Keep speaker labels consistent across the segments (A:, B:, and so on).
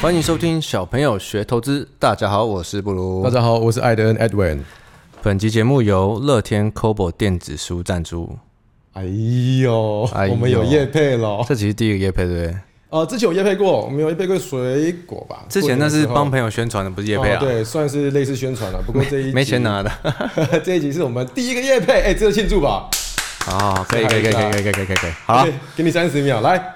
A: 欢迎收听小朋友学投资。大家好，我是布鲁
B: 大。家好，我是艾德恩 Edwin。
A: 本集节目由乐天 Kobo 电子书赞助。
B: 哎呦，
A: 哎呦
B: 我们有叶配了。
A: 这其实第一个夜配，对不对？
B: 呃，之前有叶配过，我们有叶配过水果吧？
A: 之前那是帮
B: 友
A: 朋友宣传的，不是夜配啊。
B: 哦对，算是类似宣传啊了。不过这一集
A: 没钱，拿的
B: 这一集是我们第一个叶配，哎，这个庆祝吧。
A: 哦，可以可以可以可以可以可以可以可以。好了，啊
B: 哎，给你三十秒，来。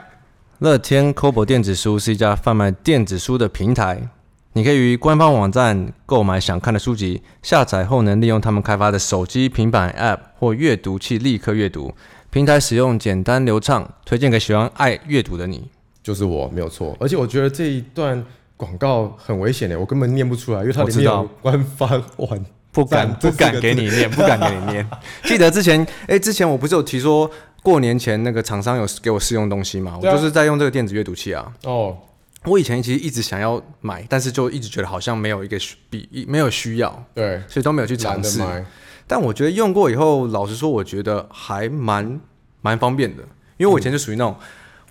A: 乐天 Kobo 电子书是一家贩卖电子书的平台，你可以于官方网站购买想看的书籍，下载后能利用他们开发的手机、平板 App 或阅读器立刻阅读。平台使用简单流畅，推荐给喜欢爱阅读的你。
B: 就是我没有错，而且我觉得这一段广告很危险的，我根本念不出来，因为它
A: 我
B: 里
A: 知
B: 面
A: 道
B: 有官方网
A: 不敢 不
B: 这四个
A: 敢
B: 字
A: 给你念，不敢给你念。记得之前，哎、之前我不是有提说过年前那个厂商有给我试用东西嘛？我
B: 对啊
A: 就是在用这个电子阅读器啊。
B: 哦，
A: 我以前其实一直想要买，但是就一直觉得好像没有一个需比没有需要，
B: 对，
A: 所以都没有去
B: 懒
A: 尝
B: 得
A: 试。
B: 买，
A: 但我觉得用过以后，老实说，我觉得还蛮蛮方便的，因为我以前就属于那种，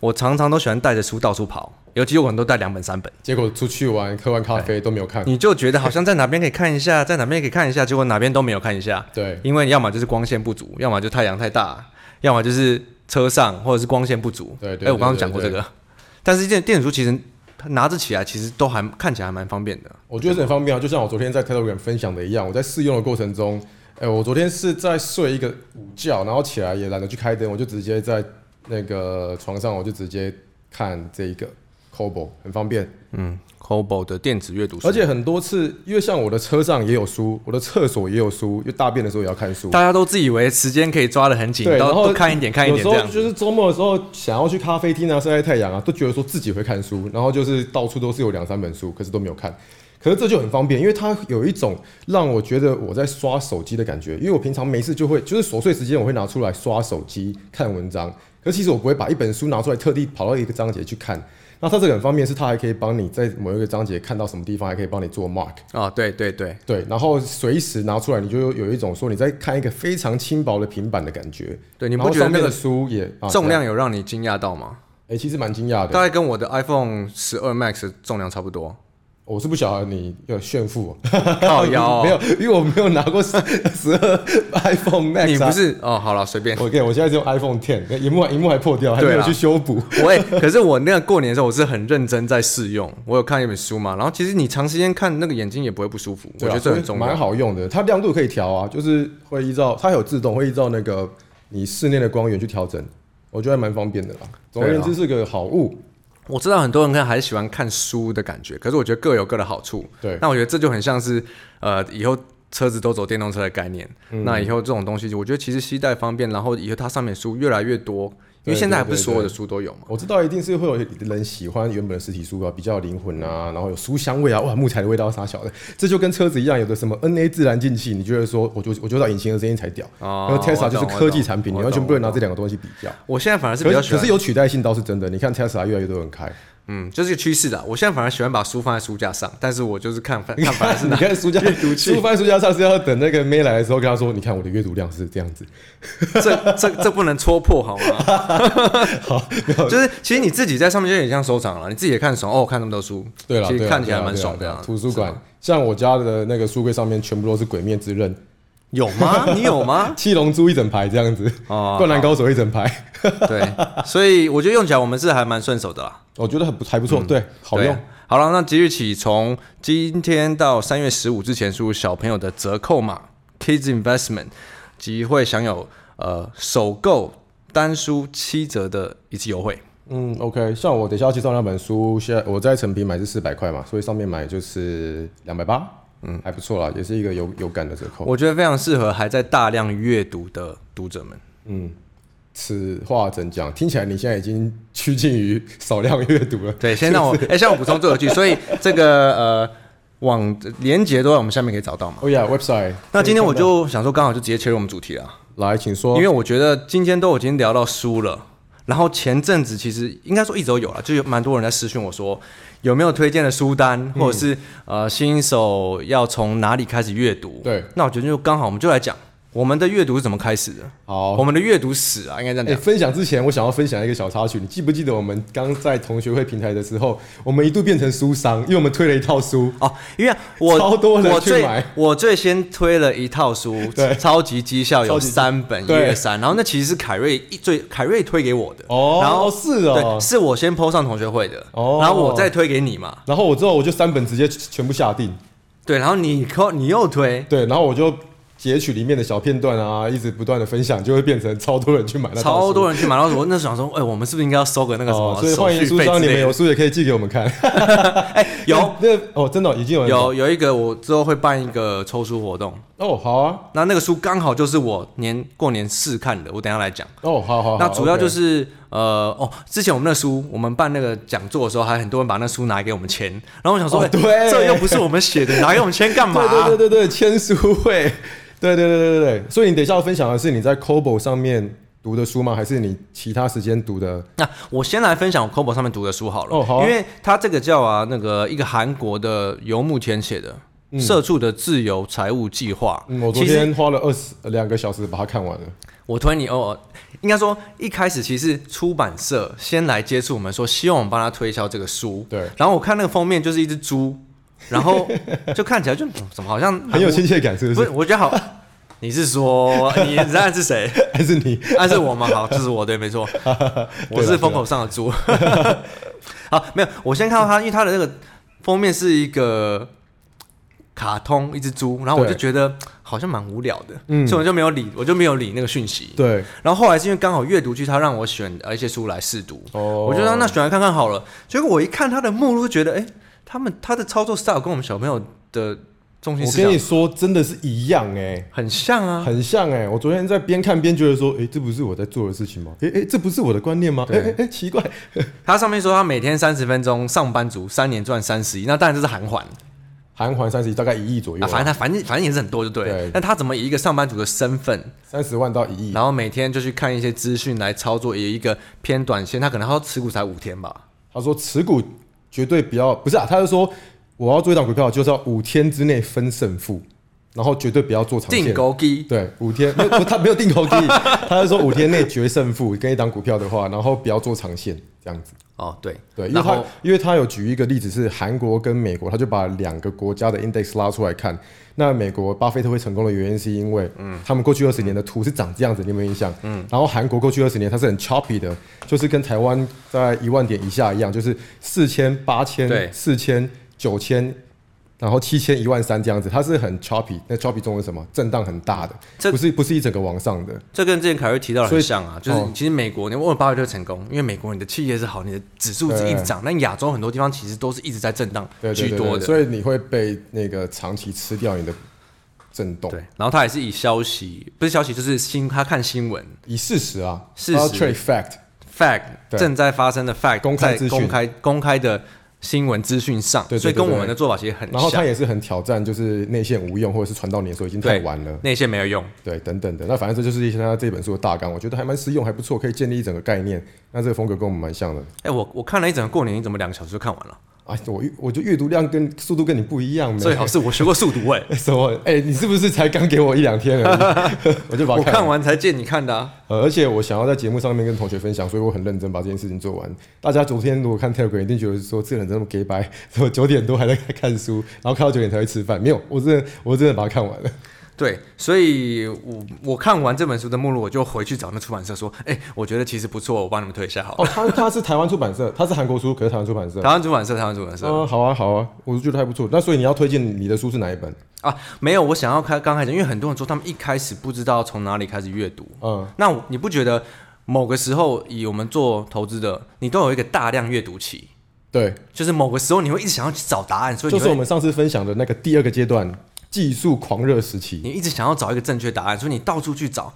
A: 我常常都喜欢带着书到处跑，尤其我可能都带两本三本，
B: 结果出去玩喝完咖
A: 哎
B: 啡都没有看，
A: 你就觉得好像在哪边可以看一下，在哪边可以看一下，结果哪边都没有看一下。
B: 对，
A: 因为要么就是光线不足，要么就太阳太大，要么就是车上或者是光线不足。
B: 对对
A: 哎，我刚刚
B: 对对
A: 讲过这
B: 对
A: 个，但是电电子书其实它拿着起来其实都还看起来还蛮方便的。
B: 我觉得是很方便啊，就像我昨天在 Telegram 分享的一样，我在试用的过程中，哎、我昨天是在睡一个午觉，然后起来也懒得去开灯，我就直接在那个床上，我就直接看这一个 Kobo，很方便。
A: 嗯，Kobo 的电子阅读书，
B: 而且很多次，因为像我的车上也有书，我的厕所也有书，因为大便的时候也要看书。
A: 大家都自以为时间可以抓得很紧，
B: 对，
A: 都
B: 然后
A: 都看一点看一点
B: 有
A: 这
B: 时
A: 样
B: 候。就是周末的时候，想要去咖啡厅啊，晒晒太阳啊，都觉得说自己会看书，然后就是到处都是有两三本书，可是都没有看。可是这就很方便，因为它有一种让我觉得我在刷手机的感觉，因为我平常没事就会，就是琐碎时间我会拿出来刷手机看文章，可是其实我不会把一本书拿出来特地跑到一个章节去看。那它这个很方便，是它还可以帮你在某一个章节看到什么地方，还可以帮你做 mark。
A: 哦，对对对，
B: 对，然后随时拿出来，你就有有一种说你在看一个非常轻薄的平板的感觉。
A: 对你不
B: 然后
A: 觉得
B: 上面
A: 那个
B: 的书也啊
A: 重
B: 这样
A: 量有啊让你惊讶到吗？
B: 哎、其实蛮惊
A: 大
B: 讶的。
A: 概跟我的 iPhone 十二 Max 的重量差不 多，
B: 我是不晓得你有炫富，哦
A: 靠腰、 哦
B: 没有，因为我没有拿过十 十二 iPhone
A: 你
B: Max
A: 不
B: 啊。
A: 是哦，好了，随便。
B: 我跟我现在只有 iPhone Ten，荧幕荧幕还破掉，还没
A: 对啊
B: 有
A: 啦
B: 去修补。
A: 我也，可是我那个过年的时候，我是很认真在试用，我有看一本书嘛，然后其实你长时间看那个眼睛也不会不舒服，我
B: 对
A: 觉
B: 啊
A: 得这很重
B: 蛮
A: 要。
B: 好用的。它亮度可以调啊，就是会依照它有自动会依照那个你室内的光源去调整，我觉得还蛮方便的啦。总
A: 啊
B: 而言之是个好物。
A: 我知道很多人看还是喜欢看书的感觉，可是我觉得各有各的好处。
B: 对，
A: 那我觉得这就很像是呃，以后车子都走电动车的概念。
B: 嗯
A: 那以后这种东西，我觉得其实携带方便，然后以后它上面书越来越多，因为
B: 对
A: 现在还
B: 对
A: 不是
B: 对
A: 所有的
B: 对
A: 书都有嘛。
B: 我知道一定是会有人喜欢原本的实体书啊，比较有灵魂
A: 嗯
B: 啊，然后有书香味啊，哇，木材的味道啥小的，这就跟车子一样，有的什么 NA 自然进气，你觉得说，我就我就到引擎的声音才屌，
A: 哦
B: 然后 Tesla 就是科技产品，你完全不能拿。
A: 我懂我懂我懂
B: 这两个东西比较。
A: 我现在反而是比
B: 可
A: 较
B: 是
A: 喜
B: 可是
A: 欢，
B: 有取代性倒是真的，你看 Tesla 越来越多 人开，
A: 嗯，就是一个趋势的。我现在反而喜欢把书放在书架上，但是我就是看看反而是
B: 你
A: 拿
B: 看书架书翻书架上是要等那个妹来的时候跟他说，你看我的阅读量是这样子，
A: 这这这不能戳破 好吗？
B: 有
A: 就是其实你自己在上面就有点像收藏了，你自己也看爽哦，我看那么多书，
B: 对了，
A: 其
B: 对
A: 实
B: 啦
A: 看起来
B: 对啦
A: 蛮
B: 对啦
A: 爽的
B: 对啦
A: 啊。
B: 图书
A: 是
B: 馆
A: 吗
B: 像我家的那个书柜上面全部都是《鬼灭之刃》。？
A: 有吗？你有吗
B: 七龙珠一整排这样子，
A: 哦
B: 灌篮高手一整排，
A: 对，所以我觉得用起来我们是还蛮顺手的啦，
B: 我觉得很不还不错，对，好
A: 嗯
B: 用
A: 对。。好了，那即日起从今天到三月十五之前输入小朋友的折扣码 Kids Investment，即会享有呃首购单书七折的一次优惠。
B: 嗯，OK，像我等一下要介绍那本书，现在我在成品买是四百块嘛，所以上面买就是两百八，嗯，还不错啦，也是一个有有感的折扣。
A: 我觉得非常适合还在大量阅读的读者们。
B: 此话怎讲？听起来你现在已经趋近于少量阅读了。
A: 对，先让我哎，先让我补充最后一句，所以这个呃网连接都在我们下面可以找到嘛。
B: 哦呀，website。
A: 那今天我就想说，刚好就直接切入我们主题了，
B: 来，请说
A: 因。为我觉得今天都已经聊到书了。然后前阵子其实应该说一直都有了，就有蛮多人在私讯我说有没有推荐的书单，或者是、呃新手要从哪里开始阅读。
B: 对，
A: 那我觉得就刚好我们就来讲，我们的阅读是怎么开始的？
B: 好
A: 我，们的阅读史啊，应该这样
B: 哎、
A: 讲。
B: 分享之前，我想要分享一个小插曲。你记不记得我们刚在同学会平台的时候，我们一度变成书商，因为我们推了一套书。
A: 哦，因为我
B: 超多人
A: 我
B: 去
A: 最
B: 买
A: 我最先推了一套书，
B: 对
A: 超级绩效有
B: 超级
A: 三本一
B: 对
A: 二三，然后那其实是凯瑞一最凯瑞推给我的，
B: 哦
A: 然后
B: 是哦
A: 对，是我先 PO 上同学会的，
B: 哦
A: 然后我再推给你嘛，
B: 然后我之后我就三本直接全部下定，
A: 对，然后你扣你又推，
B: 对，然后我就截取里面的小片段啊，一直不断的分享，就会变成超多人去买那套书
A: 超多人去买，然后我那时候想说，哎、我们是不是应该要收个那个什么、
B: 哦，所以欢迎书商，你们有书也可以寄给我们看。
A: 哎、有
B: 那哦，真的哦已经有人
A: 有有一个我之后会办一个抽书活动，
B: 哦，好啊，
A: 那那个书刚好就是我年过年试看的，我等一下来讲。
B: 哦，好好好，
A: 那主要
B: OK
A: 就是呃哦，之前我们那书，我们办那个讲座的时候，还很多人把那书拿给我们签，然后我想说，
B: 哦
A: 哎
B: 对
A: 这又不是我们写 的，拿给我们签干嘛？啊
B: 对对对对对，签书会，对对对对对对。所以你等一下要分享的是你在 Kobo 上面读的书吗？还是你其他时间读的？
A: 那我先来分享我 Kobo 上面读的书好了，
B: 哦好啊
A: 因为它这个叫啊那个一个韩国的游牧田写的。社畜的自由财务计划、
B: 嗯，我昨
A: 其实
B: 天花了二十呃两个小时把它看完了。
A: 我推你哦，应该说一开始其实出版社先来接触我们，说希望我们帮他推销这个书。
B: 对
A: 然后我看那个封面就是一只猪，然 后就看起来就嗯怎么好像
B: 很有亲切感，是不
A: 不
B: 是？
A: 是？我觉得好，你是说你你在暗示 谁？
B: 还是你？
A: 暗示我吗？好，这是我对，没 错，我是风口上的猪。 好，没有，我先看到它，因为它的那个封面是一个卡通，一只猪，然后我就
B: 对
A: 觉得好像蛮无聊的，
B: 嗯
A: 所以我就没有理，我就没有理那个讯息。
B: 对，
A: 然后后来是因为刚好阅读区他让我选呃一些书来试读，
B: 哦
A: 我就让那选来看看好了。结果我一看他的目录，觉得哎，诶他们他的操作 style 跟我们小朋友的中心
B: 我
A: 思
B: 跟你
A: 想
B: 说，真的是一样哎、
A: 很像啊。
B: 很像哎、我昨天在边看边觉得说，哎、这不是我在做的事情吗？哎、哎、这不是我的观念吗？哎
A: 对
B: 哎哎，奇怪，
A: 他上面说他每天三十分钟，上班族三年赚三十亿，那当然这是韩环
B: 韩环三十大概一亿左右、
A: 啊，反正
B: 啊，
A: 他反正反正也是很多就对了
B: 对。
A: 但他怎么以一个上班族的身份，
B: 三十万到一亿，
A: 然后每天就去看一些资讯来操作，以一个偏短线，他可能他要持股才五天吧。
B: 他说持股绝对不要，不是啊，他是说我要做一档股票，就是要五天之内分胜负，然后绝对不要做长
A: 定
B: 线。
A: 勾机，
B: 对，五天，没有不他没有定投机， 他是说五天内决胜负，跟一档股票的话，然后不要做长线这样子。
A: 哦对
B: 对，因为
A: 然
B: 他
A: 后
B: 因为他有举一个例子是韩国跟美国，他就把两个国家的 index 拉出来看。那美国巴菲特会成功的原因是因为，嗯，他们过去二十年的图是长这样子，你有没有印象？嗯，然后韩国过去二十年它是很 choppy 的，就是跟台湾在一万点以下一样，就是四千、八
A: 对
B: 千、四千、九千。然后七千一万三这样子，它是很 choppy，那 choppy 中文是什么？震荡很大的，
A: 这
B: 不是不是一整个往上的，
A: 这跟之前凯瑞提到的
B: 所
A: 很
B: 以
A: 像啊，就是
B: 哦
A: 其实美国，你问巴菲特成功，因为美国你的企业是好，你的指数是一直涨，但亚洲很多地方其实都是一直在震荡
B: 对对
A: 居
B: 对
A: 多
B: 对
A: 的。
B: 所以你会被那个长期吃掉你的震动。
A: 对，然后他也是以消息，不是消息，就是新他看新闻
B: 以事实啊，
A: 事实
B: I'll trade fact，
A: fact
B: 对
A: 正在发生的 fact
B: 公开
A: 在
B: 资讯
A: 公开公开的新闻资讯上，
B: 对对对
A: 所以跟
B: 对
A: 我们的做法其实很
B: 然后他
A: 像。
B: 也是很挑战，就是内线无用或者是传到你的时候已经
A: 啊
B: 太
A: 对，
B: 晚了，
A: 那些没有用。
B: 对，等等的。那反正这就是一些他这本书的大纲，我觉得还蛮实用，还不错，可以建立一整个概念。那这个风格跟我们蛮像的。
A: 哎，我我看了一整个过年，你怎么两个小时就看完了？
B: 啊，我我就阅读量跟速度跟你不一样，没，
A: 最好是我学过速读哎
B: 什么？哎、你是不是才刚给我一两天而已？ 我就把它
A: 我
B: 看
A: 看完才借你看的啊。
B: 呃，而且我想要在节目上面跟同学分享，所以我很认真把这件事情做完。大家昨天如果看 Telegram，一定觉得说这个人怎么 gay 白，怎么九点多还在看书，然后看到九点才会吃饭？没有，我真的我真的把它看完了。
A: 对，所以我我看完这本书的目录，我就回去找那出版社说，哎、我觉得其实不错，我帮你们推一下好了。
B: 哦，他他是台湾出版社，他是韩国书，可是台湾出版社。
A: 台湾出版社，台湾出版社、
B: 嗯，好啊，好啊，我就觉得还不错。那所以你要推荐你的书是哪一本？
A: 啊，没有，我想要开刚开始，因为很多人说他们一开始不知道从哪里开始阅读。
B: 嗯，
A: 那我你不觉得某个时候，以我们做投资的，你都有一个大量阅读期，
B: 对，
A: 就是某个时候你会一直想要去找答案，所以
B: 就
A: 你
B: 是
A: 会
B: 我们上次分享的那个第二个阶段，技术狂热时期。
A: 你一直想要找一个正确答案，所以你到处去找，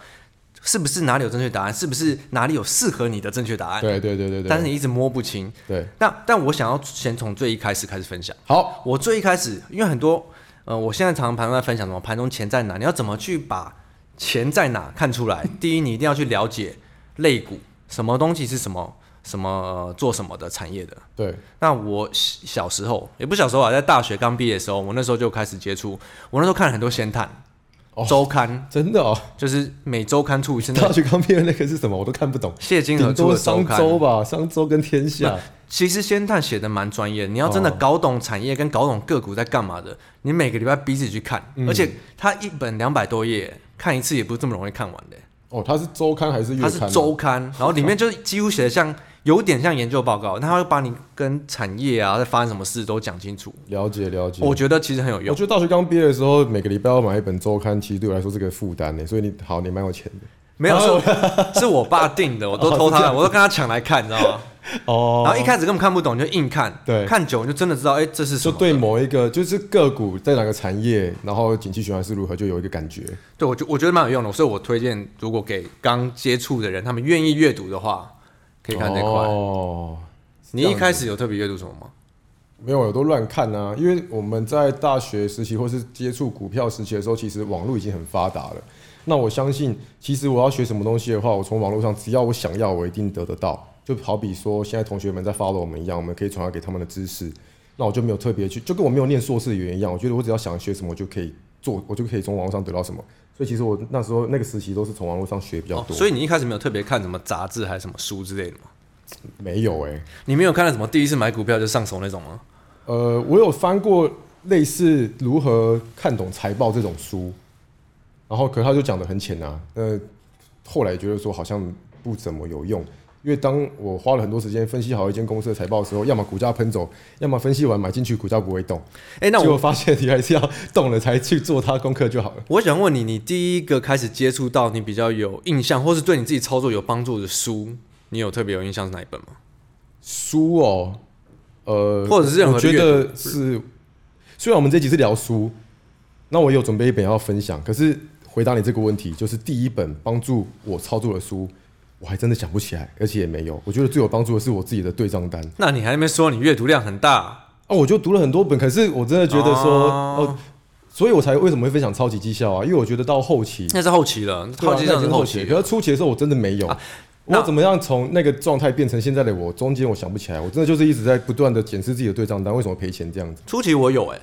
A: 是不是哪里有正确答案？是不是哪里有适合你的正确答案？
B: 对对对对对。
A: 但是你一直摸不清。
B: 对，
A: 那但我想要先从最一开始开始分享。
B: 好，
A: 我最一开始，因为很多，呃，我现在常常盘中在分享什么盘中钱在哪，你要怎么去把钱在哪看出来？第一，你一定要去了解类股，什么东西是什么，什么、呃做什么的产业的。
B: 对，
A: 那我小小时候也不小时候啊，在大学刚毕业的时候，我那时候就开始接触，我那时候看了很多闲探，
B: 哦
A: 周刊，
B: 真的哦，
A: 就是每周刊出一次。那
B: 大学刚毕业那个是什么？我都看不懂。
A: 谢金河
B: 顶
A: 出
B: 多
A: 的周
B: 商
A: 刊，啊
B: 周吧，商周跟天下。
A: 其实仙探写的蛮专业，你要真的
B: 哦
A: 搞懂产业跟搞懂个股在干嘛的，你每个礼拜逼自己去看，
B: 嗯
A: 而且它一本两百多页，看一次也不是这么容易看完的。
B: 哦，它是周刊还是月
A: 它
B: 刊？啊
A: 是周刊，然后里面就是几乎写的像有点像研究报告，那它会把你跟产业啊在发生什么事都讲清楚。
B: 了解了解。
A: 哦我觉得其实很有
B: 我
A: 用。
B: 觉得大学刚毕业的时候，每个礼拜要买一本周刊，其实对我来说是个负担欸呢。所以你好，你蛮有钱的
A: 没有，是我 是我爸订的，我 都偷他的，我都跟他抢来看，你知道吗？
B: 哦
A: 然后一开始根本看不懂，你就硬看，
B: 对
A: 看久你就真的知道，哎，这是什
B: 就
A: 么？
B: 对某一个就是个股在哪个产业，然后景气循环是如何，就有一个感觉。
A: 对，我觉我觉得蛮有用的，所以我推荐，如果给刚接触的人，他们愿意阅读的话，可以看这块。
B: 哦，
A: 你一开始有特别阅读什么吗？
B: 没有，我都乱看啊，因为我们在大学时期或是接触股票时期的时候，其实网络已经很发达了。那我相信，其实我要学什么东西的话，我从网络上只要我想要，我一定得得到。就好比说，现在同学们在 follow 我们一样，我们可以传达给他们的知识。那我就没有特别去，就跟我没有念硕士的原因一样，我觉得我只要想学什么，我就可以做，我就可以从网络上得到什么。所以其实我那时候那个时期都是从网络上学比较
A: 哦，
B: 多。
A: 所以你一开始没有特别看什么杂志还是什么书之类的吗？
B: 没有哎、
A: 你没有看到什么第一次买股票就上手那种吗？
B: 呃，我有翻过类似如何看懂财报这种书，然后可他就讲的很浅啊，呃，后来觉得说好像不怎么有用，因为当我花了很多时间分析好一间公司的财报的时候，要么股价喷走，要么分析完买进去股价不会动，
A: 哎、那
B: 结果
A: 我
B: 发现你还是要动了才去做它功课就好了。
A: 我想问你，你第一个开始接触到你比较有印象，或是对你自己操作有帮助的书，你有特别有印象是哪一本吗？
B: 书哦，呃，
A: 或者是任何的
B: 我觉
A: 阅
B: 得是，虽然我们这集是聊书，那我也有准备一本要分享，可是回答你这个问题，就是第一本帮助我操作的书，我还真的想不起来，而且也没有。我觉得最有帮助的是我自己的对账单
A: 那你还在那边说你阅读量很大，
B: 啊，我就读了很多本，可是我真的觉得说，
A: 哦
B: 哦，所以我才为什么会分享超级绩效啊，因为我觉得到后期，
A: 那是后期了，
B: 对啊
A: 后期
B: 那已
A: 上
B: 经
A: 是
B: 是
A: 后
B: 期
A: 期
B: 了，可是初期的时候我真的没有。
A: 那
B: 我怎么样从那个状态变成现在的我？中间我想不起来，我真的就是一直在不断的检视自己的对账单，为什么赔钱这样子。
A: 初期我有哎、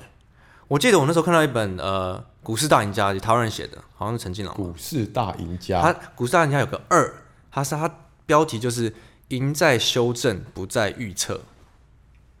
A: 我记得我那时候看到一本呃《股市大赢家》，台湾人写的，好像是陈进朗吧。
B: 股市大
A: 他
B: 赢家，
A: 《股市大赢家》有个二，他是他标题就是“赢在修正，不在预测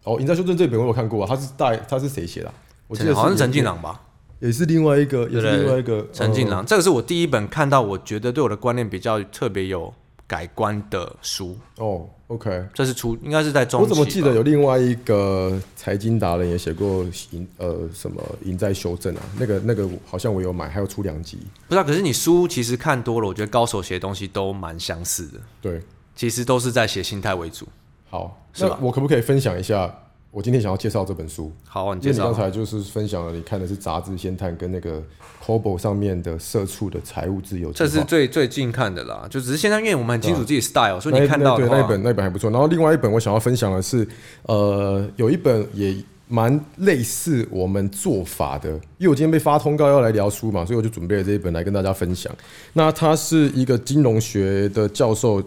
B: 哦，《赢在修正》这本我有看过啊，他是大他是谁写的啊、”。我记得
A: 好像是陈
B: 也
A: 进朗吧？
B: 也是另外一个，也
A: 对
B: 是另外一个
A: 陈进啊
B: 呃
A: 朗，这个是我第一本看到我觉得对我的观念比较特别有改观的书，
B: 哦，OK，
A: 这是初应该是在中
B: 我
A: 期吧。
B: 怎么记得有另外一个财经达人也写过赢呃什么赢在修正啊？那个那个好像我有买，还有出两集。
A: 不知道、可是你书其实看多了，我觉得高手写的东西都蛮相似的，
B: 对，
A: 其实都是在写心态为主。
B: 好，
A: 是
B: 那
A: 吧
B: 我可不可以分享一下我今天想要介绍这本书？
A: 好啊，你
B: 因为
A: 介
B: 你刚
A: 绍。
B: 才就是分享了，你看的是杂志《先探》跟那个 Cobo 上面的社畜的财务自由计
A: 这
B: 划。
A: 是最最近看的啦，就只是现在，因为我们很清楚自己 style，、所以
B: 那
A: 你
B: 一
A: 看到
B: 那
A: 的
B: 对那一
A: 话，
B: 本那一本还不错。然后另外一本我想要分享的是，呃，有一本也蛮类似我们做法的，因为我今天被发通告要来聊书嘛，所以我就准备了这一本来跟大家分享。那他是一个金融学的教授，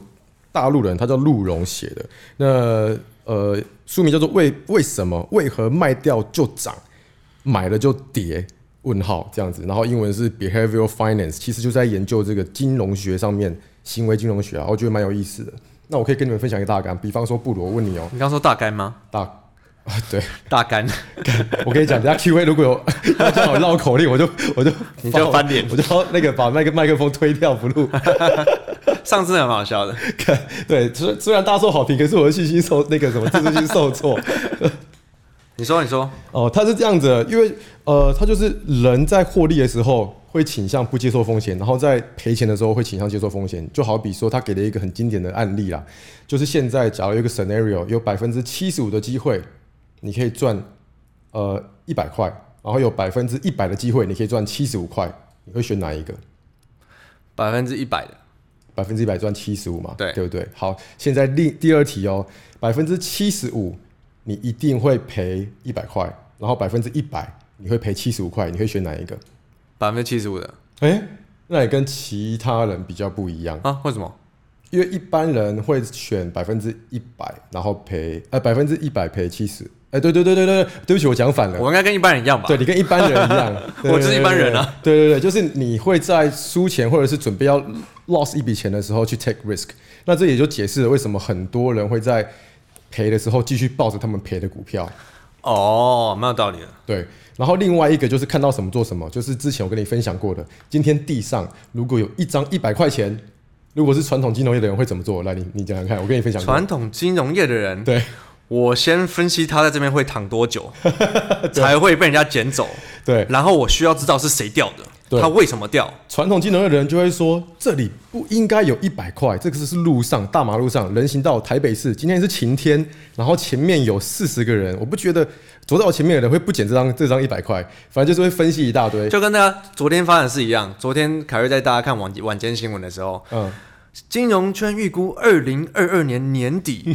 B: 大陆人，他叫陆荣写的。那呃，书名叫做《为为什么为何卖掉就涨，买了就跌》。问号这样子，然后英文是 behavioral finance，其实就在研究这个金融学上面行为金融学啊，我觉得蛮有意思的。那我可以跟你们分享一个大纲，比方说布鲁，我问你哦、
A: 你刚说大干吗？
B: 大啊，对
A: 大干，
B: 我跟你讲，等下 Q A 如果有他叫我绕口令，我就我就
A: 你就翻脸
B: 我就要那个把麦克麦克风推掉不录。
A: 上次还蛮好笑的。
B: 对，虽虽然大受好评，可是我的信心受那个什么自尊心受挫。
A: 你说，你说，
B: 哦，他是这样子的，因为呃，他就是人在获利的时候会倾向不接受风险，然后在赔钱的时候会倾向接受风险。就好比说，他给了一个很经典的案例啦，就是现在假如有一个 scenario 有百分之七十五的机会，你可以赚呃一百块，然后有百分之一百的机会你可以赚七十五块，你会选哪一个？
A: 百分之一百的，
B: 百分之一百赚七十五嘛，
A: 对
B: 对不对？好，现在第第二题哦，百分之七十五你一定会赔一百块，然后百分之一百你会赔七十五块，你会选哪一个？
A: 百分之七十五的
B: 哎，那你跟其他人比较不一样，
A: 啊？为什么？
B: 因为一般人会选百分之一百，然后赔呃百分之一百赔七十哎，对对对对对，对不起，我讲反了。
A: 我应该跟一般人一样吧？，
B: 对你跟一般人一样
A: 我就是一般人啊
B: 对。对对对，就是你会在输钱或者是准备要 loss 一笔钱的时候去 take risk。那这也就解释了为什么很多人会在赔的时候继续抱着他们赔的股票。
A: 哦，蛮有道理的。
B: 对，然后另外一个就是看到什么做什么，就是之前我跟你分享过的，今天地上如果有一张一百块钱，如果是传统金融业的人会怎么做？来，你你讲讲看，我跟你分享过。
A: 传统金融业的人，
B: 对
A: 我先分析他在这边会躺多久，才会被人家捡走，
B: 对，
A: 然后我需要知道是谁掉的，
B: 对
A: 他为什么掉。
B: 传统金融业的人就会说，这里不应该有一百块，这个是路上大马路上人行道，台北市今天是晴天，然后前面有四十个人，我不觉得走在我前面的人会不捡这张这张一百块，反正就是会分析一大堆。
A: 就跟大家昨天发展是一样，昨天凯瑞带大家看晚晚间新闻的时候，
B: 嗯，
A: 金融圈预估二零二二年年 底，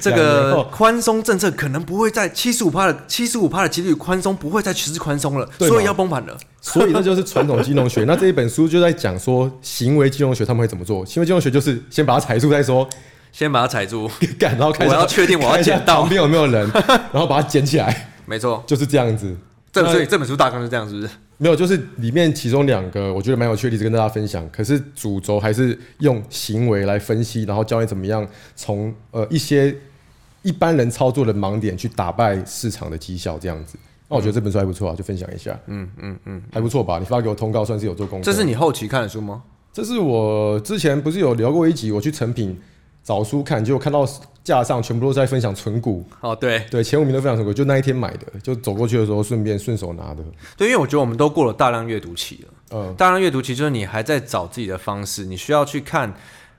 A: 这
B: 两年
A: 个
B: 后
A: 宽松政策可能不会在七十五趴的七十五趴的几率宽松，不会再持续宽松了，
B: 对嘛
A: 所以要崩盘了。
B: 所以这就是传统金融学。那这一本书就在讲说行为金融学他们会怎么做。行为金融学就是先把它踩住再说，
A: 先把它踩 住，
B: 干，然后看一下
A: 我要确定我要
B: 看一下
A: 捡到
B: 旁边有没有人，然后把它捡起来，
A: 没错，
B: 就是这样子。
A: 这
B: 那
A: 所以这本书大纲是这样，是不是？
B: 没有，就是里面其中两个我觉得蛮有趣的例子跟大家分享。可是主轴还是用行为来分析，然后教你怎么样从呃一些一般人操作的盲点去打败市场的绩效这样子。那我觉得这本书还不错啊，就分享一下。嗯嗯嗯，还不错吧？你发给我通告算是有做功课。
A: 这是你后期看的书吗？
B: 这是我之前不是有聊过一集，我去成品找书看，结果看到架上全部都在分享存股，
A: 哦，对
B: 对，前五名都分享存股，就那一天买的，就走过去的时候顺便顺手拿的。
A: 对，因为我觉得我们都过了大量阅读期了。
B: 嗯，
A: 大量阅读其实就是你还在找自己的方式，你需要去看，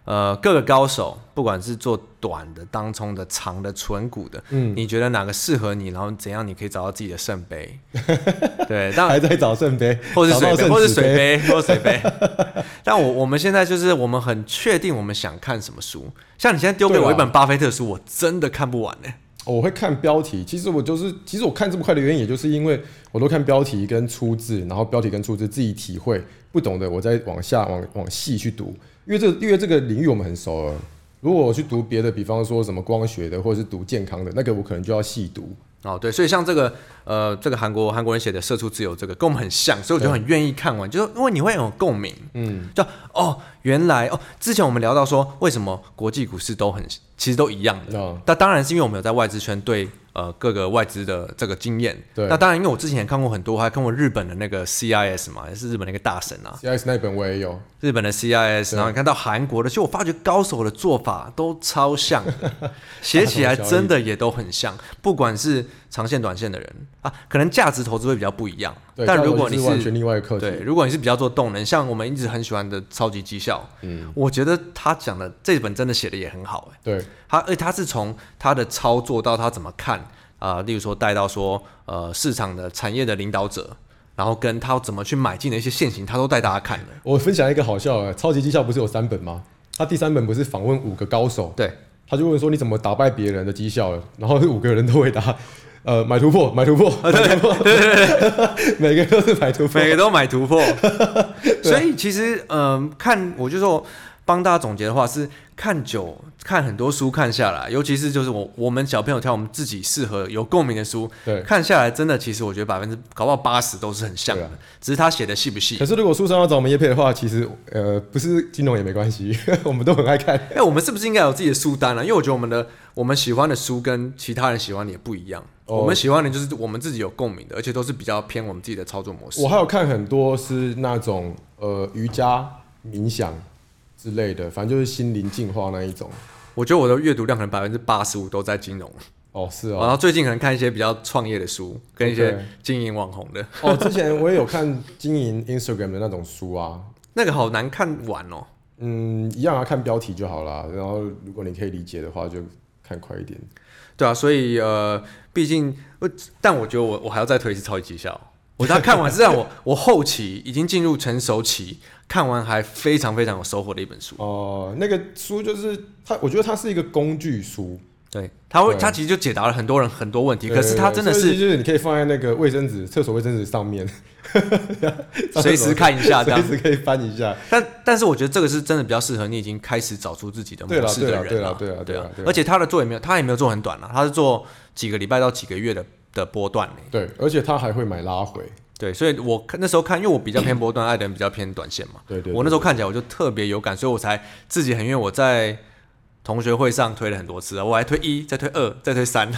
A: 呃，各个高手，不管是做短的、当冲的、长的、纯股的，嗯，你觉得哪个适合你，然后怎样你可以找到自己的圣杯， 对，但
B: 还在找圣杯，
A: 或是
B: 找
A: 水
B: 到
A: 杯，
B: 圣
A: 或是
B: 旨
A: 水，杯，或是水杯。但我我们现在就是我们很确定我们想看什么书，像你现在丢给
B: 对啊
A: 我一本巴菲特的书，我真的看不完呢、
B: 哦我会看标题。其实我就是，其实我看这么快的原因，也就是因为我都看标题跟出字，然后标题跟出字自己体会，不懂的我再往下往往细去读，因为这因为这个领域我们很熟了。如果我去读别的，比方说什么光学的，或者是读健康的，那个我可能就要细读。
A: 哦，对，所以像这个呃，这个韩国韩国人写的《社畜自由》这个跟我们很像，所以我就很愿意看完，就是因为你会很有共鸣。嗯，就哦，原来哦，之前我们聊到说，为什么国际股市都很其实都一样的，
B: 哦
A: 那当然是因为我们有在外资圈对呃各个外资的这个经验。
B: 对
A: 那当然，因为我之前也看过很多，我还看过日本的那个 CIS 嘛，也是日本那个大神啊，
B: CIS 那一本我也有，
A: 日本的 CIS，然后你看到韩国的，其实我发觉高手的做法都超像 的，写起来真的也都很像，不管是长线、短线的人啊，可能价值投资会比较不一样。
B: 对，
A: 但如果你
B: 这个就是完全另外一个课
A: 对，
B: 题，
A: 如果你是比较做动能，像我们一直很喜欢的超级绩效，嗯，我觉得他讲的这本真的写的也很好、欸，
B: 对
A: 他而且他是从他的操作到他怎么看啊、例如说带到说呃市场的产业的领导者，然后跟他怎么去买进的一些现行，他都带大家看了。
B: 我分享一个好笑的，超级绩效不是有三本吗？他第三本不是访问五个高手，
A: 对，
B: 他就问说你怎么打败别人的绩效了？然后五个人都回答，呃，买突破，买突破，买突破，啊对对对， 每个都是买突破啊
A: 每，个都买突 破，所以其实嗯、看我就说帮大家总结的话是看久看很多书看下来，尤其是就是我我们小朋友挑我们自己适合有共鸣的书，
B: 对。
A: 看下来真的其实我觉得百分之搞不好八十都是很像的，
B: 对啊
A: 只是他写的细不细
B: 可。是如果书商要找我们叶配的话，其实呃不是金融也没关系， 我们都很爱看。
A: 哎、我们是不是应该有自己的书单啊？因为我觉得我们的我们喜欢的书跟其他人喜欢的也不一样。
B: 哦
A: 我们喜欢的就是我们自己有共鸣的，而且都是比较偏我们自己的操作模式
B: 我。还有看很多是那种呃瑜伽、冥想之类的，反正就是心灵净化那一种。
A: 我觉得我的阅读量可能百分之八十五都在金融。
B: 哦，是哦
A: 然，后最近可能看一些比较创业的书，跟一些
B: OK
A: 经营网红的，
B: 哦，之前我也有看经营 Instagram 的那种书啊，
A: 那个好难看完哦。
B: 嗯，一样啊，看标题就好啦。然后如果你可以理解的话，就看快一点。
A: 对啊，所以呃，毕竟，呃但我觉得我我还要再推一次超级绩 效。我他看完是让我我后期已经进入成熟期，看完还非常非常有收获的一本书。
B: 哦、那个书就是它，我觉得它是一个工具书，
A: 对，他会，
B: 对
A: 他其实就解答了很多人很多问题，可是他
B: 对
A: 真的
B: 所以
A: 是
B: 就是你可以放在那个卫生纸、厕所卫生纸 上面，
A: 随时看一 下这样
B: 随。时可以翻一下。
A: 但但是我觉得这个是真的比较适合你已经开始找出自己的模式的人
B: 对啦对啦对啦
A: 了，
B: 对啦
A: 啊
B: 对啦
A: 而且他的做也没有，他也没有做很短了，他是做几个礼拜到几个月的的波段呢。
B: 对，而且他还会买拉回，
A: 对，所以我看那时候看，因为我比较偏波段，艾登比较偏短线嘛。
B: 对对对
A: 我那时候看起来我就特别有感，所以我才自己很愿我在同学会上推了很多次啊，我还推一，再推二，再推三。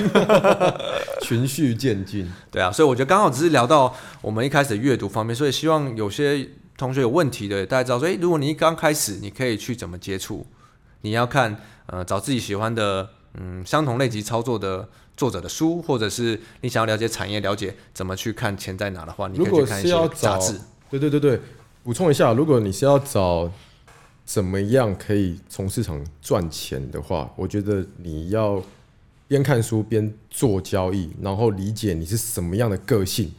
B: 循序渐进。
A: 对啊，所以我觉得刚好只是聊到我们一开始的阅读方面，所以希望有些同学有问题的，大家知道说，诶，哎如果你一刚开始，你可以去怎么接触？你要看呃找自己喜欢的嗯相同类级操作的作者的书，或者是你想要了解产业，了解怎么去看钱在哪的话，你可以
B: 如
A: 去
B: 果
A: 看一
B: 是
A: 些
B: 要
A: 杂
B: 找
A: 志。，
B: 对对对对，补充一下，如果你是要找怎么样可以从市场赚钱的话，我觉得你要边看书边做交易，然后理解你是什么样的个性，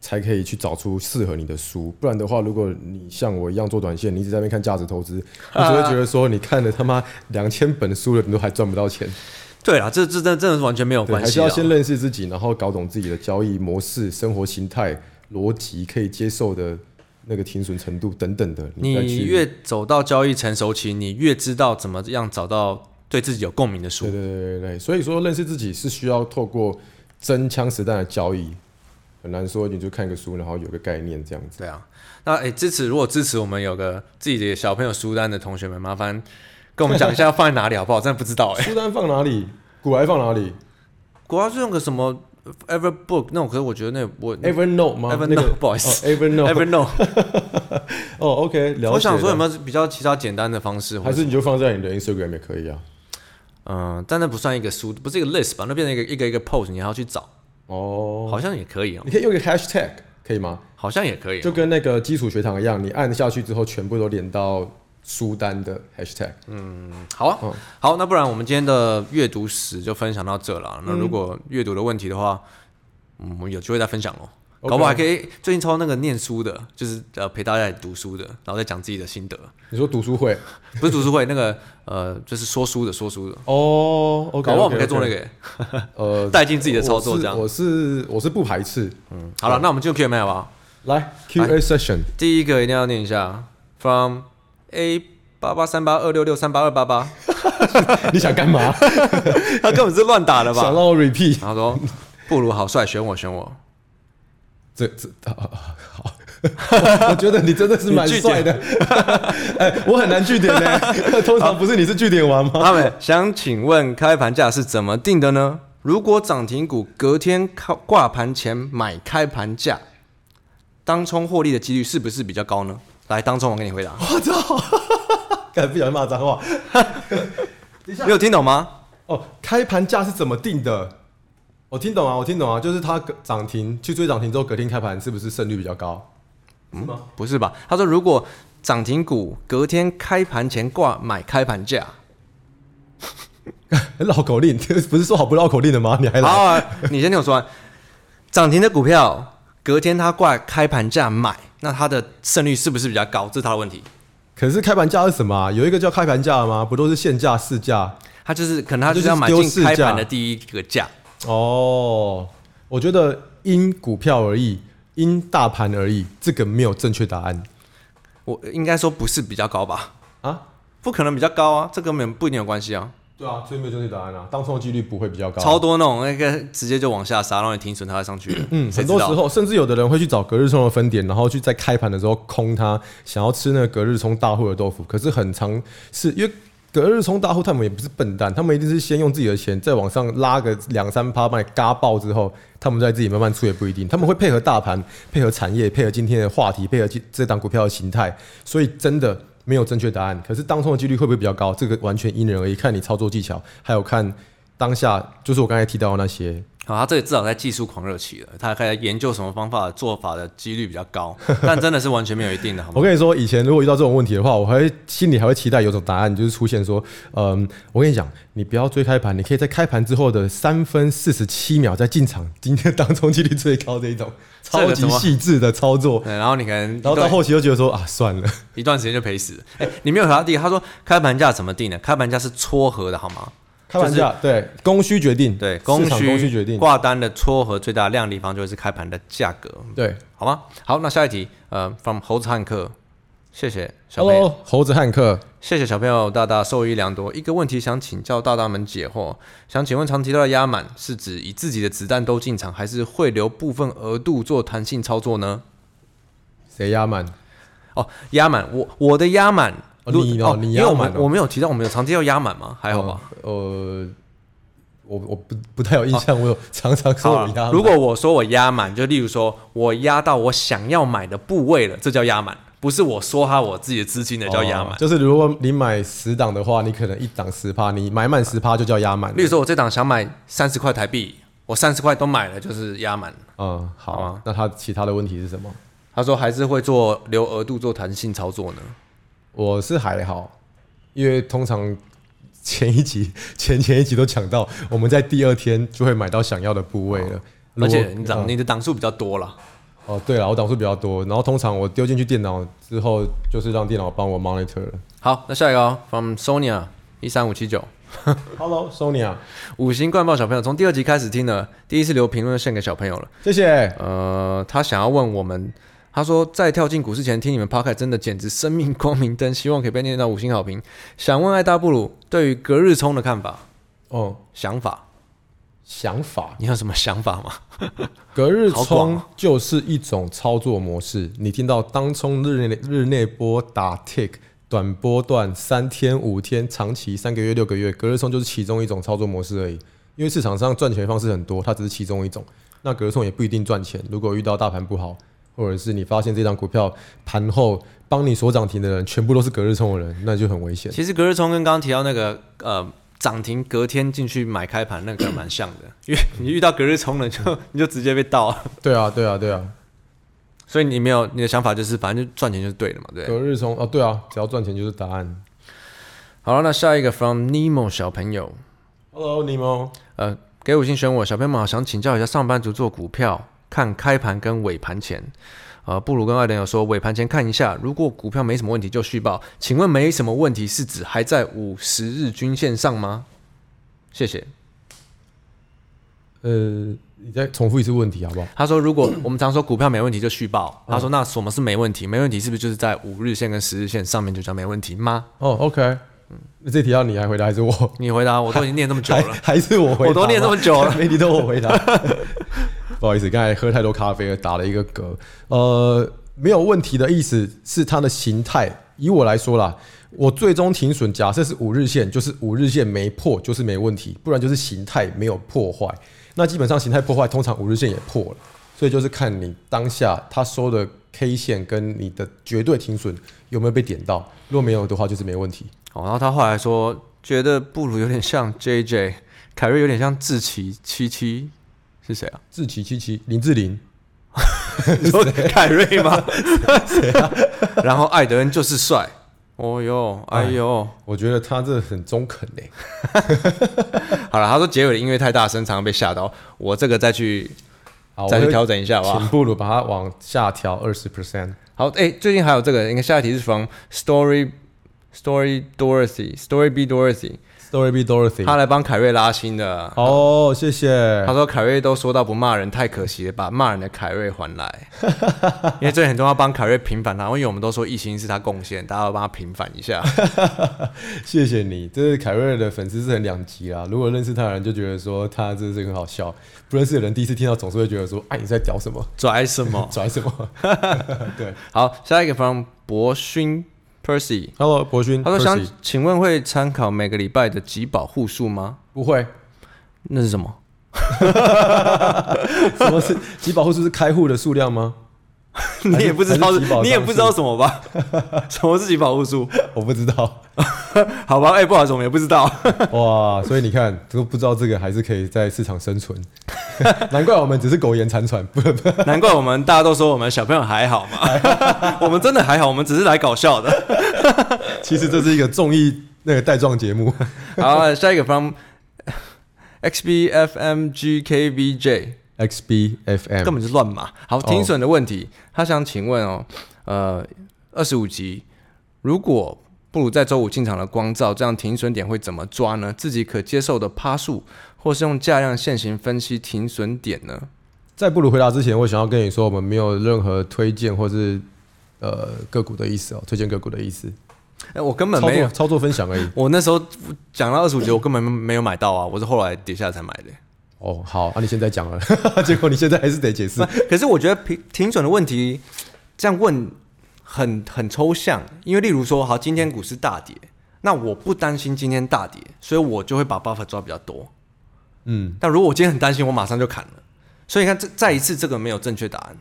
B: 才可以去找出适合你的书。不然的话，如果你像我一样做短线，你一直在那边看价值投资，你只会觉得说你看了他妈两千本书了，你都还赚不到钱。
A: 对啦，这这真的真的是完全没有
B: 对，
A: 关
B: 还
A: 系
B: 是
A: 啊
B: 要。先认识自己，然后搞懂自己的交易模式、生活形态、逻辑，可以接受的那个停损程度等等的。再
A: 你
B: 去
A: 越走到交易成熟期，你越知道怎么样找到对自己有共鸣的书
B: 对对。对对对，所以说认识自己是需要透过真枪实弹的交易，很难说你就看个书，然后有个概念这样子。
A: 对啊，那诶、支持如果支持我们有个自己的小朋友书单的同学们，麻烦跟我们讲一下要放在哪里好不好？ 真的不知道诶、
B: 书单放哪里？古来放哪里
A: 国外是用个什么 Everbook 那种，可是我觉得那我
B: ？Evernote 吗
A: Evernote，
B: 那个
A: 不好意思
B: 哦，Evernote。
A: Evernote，
B: 哦，OK，了 解。
A: 我想说有没有比较其他简单的方式，或
B: 还
A: 者
B: 是你就放在你的 Instagram 也可以啊。
A: 嗯、但那不算一个书，不是一个 list 吧？那变成一个一个一个 post，你还要去找，
B: 哦，
A: 好像也可以哦、
B: 你可以用一个 Hashtag 可以吗？
A: 好像也可以哦、
B: 就跟那个基础学堂一样，你按下去之后，全部都连到书单的 hashtag。
A: 好啊，
B: 嗯
A: 好，那不然我们今天的阅读史就分享到这
B: 嗯
A: 了。那如果阅读的问题的话，嗯，我们有机会再分享哦。
B: OK
A: 搞不好还可以最近超那个念书的，就是呃陪大家一起读书的，然后再讲自己的心得，
B: 你说读书会
A: 不是读书会那个 呃就是说书的说书的，
B: 哦，OK，
A: 搞不好我们可以做那个耶
B: 呃
A: 带进自己的操作这样。
B: 我是我是我是不排斥，嗯，
A: 好了，那我们进入 Q&A 好不好？
B: 来 Q&A session，
A: 第一个一定要念一下，from A 八八三八二六六三八二八八，
B: 你想干嘛？
A: 他根本是乱打的
B: 想
A: 吧？
B: 让我 repeat？
A: 然后说不如好帅选我选我，
B: 这这啊啊好， 我觉得你真的是蛮帅的。 哎，我很难据点呢， 通常不是你是据点王吗？
A: 他们想请问开盘价是怎么定的呢？如果涨停股隔天靠挂盘前买开盘价，当冲获利的几率是不是比较高呢？来，当冲我给你回答，
B: 我操， 敢不小心骂脏话
A: 你有听懂吗？
B: 哦，开盘价是怎么定的？我听懂啊，我听懂啊，就是它隔涨停去追涨停之后，隔天开盘是不是胜率比较高？ 嗯，
A: 不是吧？他说如果涨停股隔天开盘前挂买开盘价，
B: 绕口令， 不是说好不绕口令的吗？ 你还
A: 好、
B: 来？
A: 啊，你先听我说完。涨停的股票隔天它挂开盘价买，那它的胜率是不是比较高？这是他的问题。
B: 可是开盘价是什么、啊？有一个叫开盘价的吗？不都是现价、市价？
A: 他就是可能他就是
B: 就是
A: 要买
B: 丢
A: 进
B: 市
A: 开
B: 价
A: 盘的第一个价。
B: 哦，我觉得因股票而异，因大盘而异，这个没有正确答案
A: 我应该说不是比较高吧？
B: 啊。
A: 不可能比较高啊，这根本不一定有关系啊。
B: 对啊，所以没有正确答案啊。当冲的几率不会比较高
A: 超多那种那个直接就往下杀，让你停损它再上去了。
B: 嗯，
A: 谁
B: 很
A: 知
B: 多时
A: 道？
B: 候，甚至有的人会去找隔日冲的分点，然后去在开盘的时候空它，想要吃那个隔日冲大户的豆腐。可是很常是因为隔日冲大户，他们也不是笨蛋，他们一定是先用自己的钱再往上拉个两三趴，把你嘎爆之后，他们再自己慢慢出也不一定。他们会配合大盘、配合产业、配合今天的话题、配合这这档股票的形态，所以真的。没有正确答案，可是当冲的几率会不会比较高？这个完全因人而异，看你操作技巧，还有看当下，就是我刚才提到的那些
A: 好，他这里至少在技术狂热期了，他开始研究什么方法做法的几率比较 高，但真的是完全没有一定的，好吗
B: 我？跟你说，以前如果遇到这种问题的话，我还会心里还会期待有种答案，就是出现说，嗯，我跟你讲，你不要追开盘，你可以在开盘之后的三分四十七秒再进场，今天当中几率最高这一种
A: 这
B: 超
A: 个怎
B: 级
A: 么嗯
B: 细致的操作，
A: 对，然后你可能一
B: 哦然后到
A: 段
B: 后期又觉得说啊，算了，
A: 一段时间就赔死了。哎、你没有回答第一个，他说开盘价怎么定的？开盘价是撮合的好吗？
B: 开盘价对供需决定，
A: 对，供
B: 市场
A: 需
B: 供需决定，
A: 挂单的撮合最大量的地方就是开盘的价格，
B: 对。
A: 好吗？好，那下一题，呃，from 猴子汉克，谢谢小朋友，
B: Hello，猴子汉克，
A: 谢谢小朋友大大受益良多。一个问题想请教大大们解惑，想请问常提到的压满是指以自己的子弹都进场，还是会留部分额度做弹性操作呢？
B: 谁压满？
A: 哦，压满，我我的压满。
B: 哦
A: 如
B: 你哦你
A: 因为我
B: 压
A: 们
B: 满哦
A: 我没有提到我们有常提到压满吗？还好吧。
B: 呃，我我不不太有印象，我有常常说
A: 好
B: 我
A: 啦
B: 压满。
A: 如果我说我压满，就例如说我压到我想要买的部位了，这叫压满，不是我说哈我自己的资金的叫压满。
B: 哦就是如果你买十档的话，你可能一档十趴，你买满十趴就叫压满。
A: 啊例如说，我这档想买三十块台币，我三十块都买了，就是压满。
B: 嗯，好
A: 好
B: 啊
A: 啊。
B: 那他其他的问题是什么？
A: 他说还是会做留额度做弹性操作呢。
B: 我是还好，因为通常前一集、 前前一集都讲到，我们在第二天就会买到想要的部位了。如
A: 啊而
B: 果
A: 且你档、你的档数比较多了，
B: 哦，对了，我档数比较多，然后通常我丢进去电脑之后，就是让电脑帮我 monitor 了。
A: 好，那下一个哦，from Sonia 一三五七九，
B: Hello，Sonia，
A: 五星灌爆小朋友，从第二集开始听了，第一次留评论献给小朋友了。
B: 谢谢。
A: 呃，他想要问我们，他说在跳进股市前听你们 p o c a s t 真的简直生命光明灯，希望可以被念到五星好评。想问艾大布鲁对于隔日冲的看法、
B: 哦、
A: 想法，
B: 想法，
A: 你有什么想法吗？
B: 隔日
A: 好广啊
B: 冲就是一种操作模式。你听到当冲日内日内波打 tick，短波段三天、五天、长期三个月、六个月，隔日冲就是其中一种操作模式而已。因为市场上赚钱的方式很多，它只是其中一种。那隔日冲也不一定赚钱。如果遇到大盘不好，或者是你发现这张股票盘后帮你所涨停的人全部都是隔日冲的人，那就很危险。
A: 其实隔日冲跟刚刚提到那个呃涨停隔天进去买开盘那个蛮像的，因为你遇到隔日冲了就 你就直接被盗啊，
B: 对啊，对啊，对啊，
A: 所以你没有你的想法就是反正就赚钱就是对的嘛，对不对。
B: 隔日冲啊，对啊，只要赚钱就是答案。
A: 好了，那下一个 from Nemo 小朋友，
B: Hello，柠檬。
A: 呃，给五星选我，小朋友们好，想请教一下上班族做股票，看开盘跟尾盘前。呃，布鲁跟艾伦有说，尾盘前看一下，如果股票没什么问题就续报。请问没什么问题是指还在五十日均线上吗？谢谢。
B: 呃，你再重复一次问题好不好？
A: 他说，如果我们常说股票没问题就续报，
B: 嗯
A: 他说那什么是没问题？没问题是不是就是在五日线跟十日线上面就叫没问题吗？
B: 哦，OK，那这题要你来回答还是我？
A: 你回答我，都已经念这么久
B: 还
A: 了，
B: 还是 我回答吗？
A: 我都念这么久 了
B: 没你都我回答。不好意思，刚才喝太多咖啡了，打了一个嗝。呃，没有问题的意思是它的形态。以我来说啦，我最终停损假设是五日线，就是五日线没破就是没问题，不然就是形态没有破坏。那基本上形态破坏，通常五日线也破了，所以就是看你当下它收的 K 线跟你的绝对停损有没有被点到。如果没有的话，就是没问题。
A: 哦，然后他后来说，觉得布鲁有点像 JJ，凯瑞有点像志奇七七，是谁 啊？
B: 志奇七七林志玲，
A: 你说凯瑞吗？
B: 啊
A: 然后艾德恩就是帅，哦哟，哎呦，
B: 我觉得他这很中肯欸嘞、
A: 好了，他说结尾的音乐太大声，常常被吓到。我这个再去
B: 好，我
A: 再去
B: 会
A: 调整一下吧
B: 请。布鲁把它往下调二十 percent。
A: 好，哎、最近还有这个，应该下一题是 from Story Story Dorothy Story B Dorothy，
B: Story B Dorothy，
A: 他来帮凯瑞拉新的。
B: 哦，谢谢
A: 他。说凯瑞都说到不骂人太可惜了，把骂人的凯瑞还来，因为这很重要，帮凯瑞平反他，因为我们都说一心是他贡献，大家要帮他平反一下。
B: 谢谢你，这是凯瑞的粉丝是很两极啦。如果认识他的人就觉得说他这是很好笑，不认识的人第一次听到总是会觉得说，哎，你在屌什么，
A: 拽什么？
B: 拽什 么？对
A: 好，下一个 from 博勋 Percy，
B: ，Hello，博勋，
A: 他说想
B: Percy
A: 请问会参考每个礼拜的集保户数吗？
B: 不会，
A: 那是什么？
B: 什么是集保户数是开户的数量吗？
A: 你也不知道
B: 还是集保张数
A: 你也不知道什么吧？什么是集保户数？
B: 我不知道，
A: 好吧，哎、不好意思，我们也不知道。
B: 哇，所以你看都不知道这个还是可以在市场生存， 难怪我们只是苟延残喘， 不不
A: 难怪我们大家都说我们小朋友还好嘛， 我们真的还好，我们只是来搞笑的。
B: 其实这是一个综艺那个带状节目。
A: 好，下一个 from XBFMGKVJ，根
B: XBFM
A: 本就是乱码。好，停损的问题，他想请问哦，呃，二十五集，如果不如在周五进场的光照，这样停损点会怎么抓呢？自己可接受的趴数，或是用价量现行分析停损点呢？
B: 在不如回答之前，我想要跟你说，我们没有任何推荐或是呃个股的意思哦，推荐个股的意思，
A: 哎、我根本
B: 操
A: 没
B: 作
A: 有，
B: 操作分享而已。
A: 我那时候讲到二十五节，我根本没有买到啊，我是后来跌下才买的。
B: 哦，好，那、你现在讲了， 结果你现在还是得解释。
A: 可是我觉得停停损的问题，这样问很很抽象，因为例如说，好，今天股市大跌，那我不担心今天大跌，所以我就会把 buffer 抓比较多。
B: 嗯，
A: 但如果我今天很担心，我马上就砍了。所以你看，这再一次这个没有正确答案。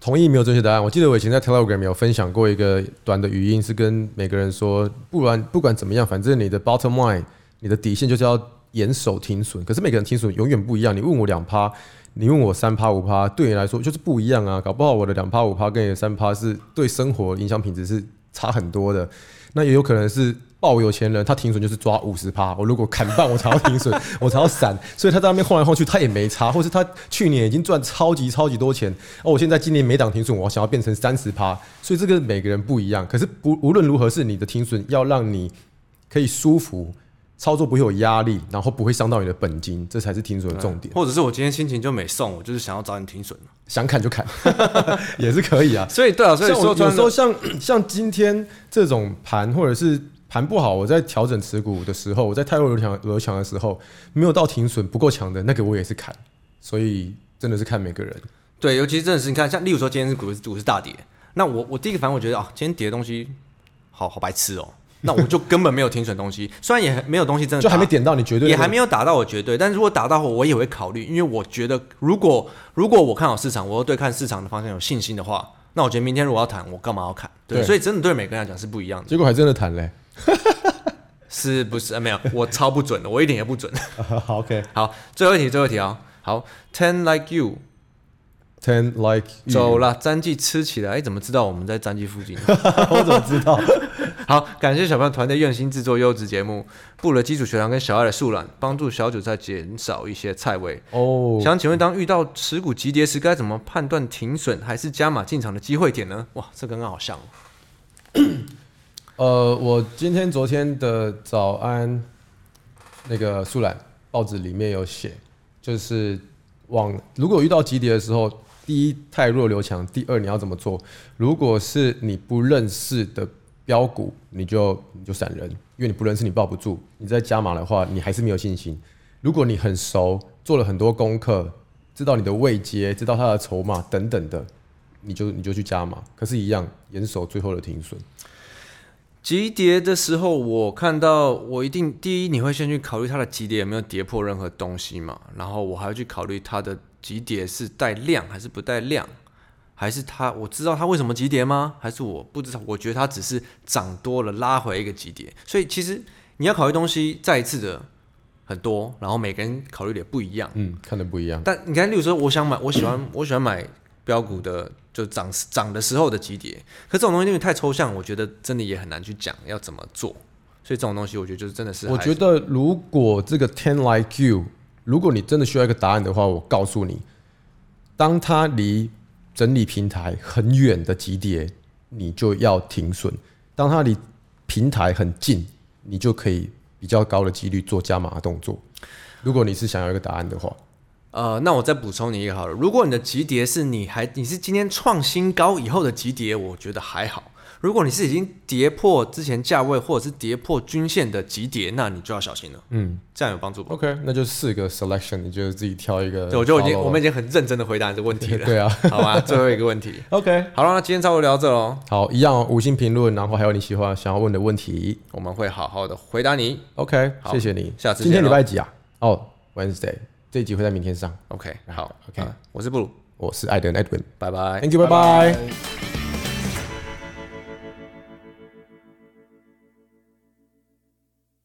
B: 同意没有正确答案。我记得我以前在 Telegram 有分享过一个短的语音，是跟每个人说，不然不管怎么样，反正你的 bottom line，你的底线就是要严守停损。可是每个人停损永远不一样。你问我两趴，你问我三趴五趴，对你来说就是不一样啊。搞不好我的两趴五趴跟你的三趴是对生活影响品质是差很多的。那也有可能是抱有钱人，他停损就是抓五十趴。我如果砍半，我才要停损，我才要闪。所以他在那边晃来晃去，他也没差，或是他去年已经赚超级超级多钱，哦，我现在今年每档停损，我想要变成三十趴。所以这个每个人不一样。可是不无论如何，是你的停损要让你可以舒服。操作不会有压力，然后不会伤到你的本金，这才是停损的重点。
A: 或者是我今天心情就没送，我就是想要找你停损。
B: 想砍就砍， 也是可以啊。
A: 所以对啊，所以
B: 像
A: 说
B: 我
A: 穿
B: 有时
A: 了
B: 候像 像今天这种盘，或者是盘不好，我在调整持股的时候，我在太弱留强留强的时候，没有到停损不够强的那个，我也是砍。所以真的是看每个人。
A: 对，尤其是真的是你看，像例如说今天是股市股市大跌，那我我第一个反应我觉得啊，今天跌的东西好好白痴哦，那我就根本没有停损东西，虽然也没有东西真的
B: 就还没
A: 打
B: 点到你绝对的
A: 嗯也还没有打到我绝对，但是如果打到我，我也会考虑，因为我觉得如果如果我看好市场，我又对看市场的方向有信心的话，那我觉得明天如果要谈，我干嘛要砍？对，
B: 对
A: 所以真的对每个人来讲是不一样的，
B: 结果还真的谈嘞、
A: 是不是？呃没有，我超不准的，我一点也不准。
B: 好 OK，ten
A: 好，最后一题，最后一题啊、好，ten like you，
B: like
A: 走了，詹记吃起来，哎，怎么知道我们在詹记附近？
B: 我怎么知 道？
A: 好，感谢小朋友团队用心制作优质节目，布了基础学堂跟小爱的素懒，帮助小韭菜减少一些菜味。
B: 哦、
A: 想请问，当遇到持股急跌时，该怎么判断停损还是加码进场的机会点呢？哇，这跟刚好像哦。
B: 呃，我今天昨天的早安那个素兰报纸里面有写，就是往如果遇到急跌的时候，第一太弱留强，第二你要怎么做？如果是你不认识的标股，你就你就闪人，因为你不认识，你抱不住。你再加码的话，你还是没有信心。如果你很熟，做了很多功课，知道你的位阶，知道它的筹码等等的，你就你就去加码。可是，一样严守最后的停损。
A: 急跌的时候，我看到我一定第一你会先去考虑它的急跌有没有跌破任何东西嘛，然后我还要去考虑它的急跌是带量还是不带量，还是它我知道它为什么急跌吗？还是我不知道？我觉得它只是涨多了拉回一个急跌，所以其实你要考虑东西再一次的很多，然后每个人考虑点不一样。
B: 嗯，看的不一样。
A: 但你看，例如说，我想买，我喜欢，我喜欢买标股的，就涨涨的时候的级别。可这种东西因为太抽象，我觉得真的也很难去讲要怎么做。所以这种东西，我觉得就是真的是还，
B: 我觉得如果这个 ten like you，如果你真的需要一个答案的话，我告诉你，当它离整理平台很远的级别，你就要停损；当它离平台很近，你就可以比较高的几率做加码的动作。如果你是想要一个答案的话，
A: 呃，那我再补充你一个好了。如果你的级别是你还你是今天创新高以后的级别，我觉得还好。如果你是已经跌破之前价位或者是跌破均线的级别，那你就要小心了。
B: 嗯
A: 这样有帮助吗？
B: ，OK，那就四个 selection，你就自己挑一个 follow 了。
A: 对，我觉得我已经我们已经很认真的回答你这个问题了。
B: 对啊
A: 好吧，最后一个问题。
B: OK，
A: 好了，那今天差不多聊到这喽。
B: 好，一样、哦、五星评论，然后还有你喜欢想要问的问题。
A: 我们会好好的回答你。
B: OK，
A: 好
B: 谢谢你。
A: 下次
B: 今
A: 见
B: 天礼
A: 咯
B: 拜几啊？哦、w e d n e s d a y 这一集会在明天上。
A: OK，好
B: OK
A: 啊我是布鲁，
B: 我是艾登 Edwin，Thank
A: 拜拜。
B: you，拜拜。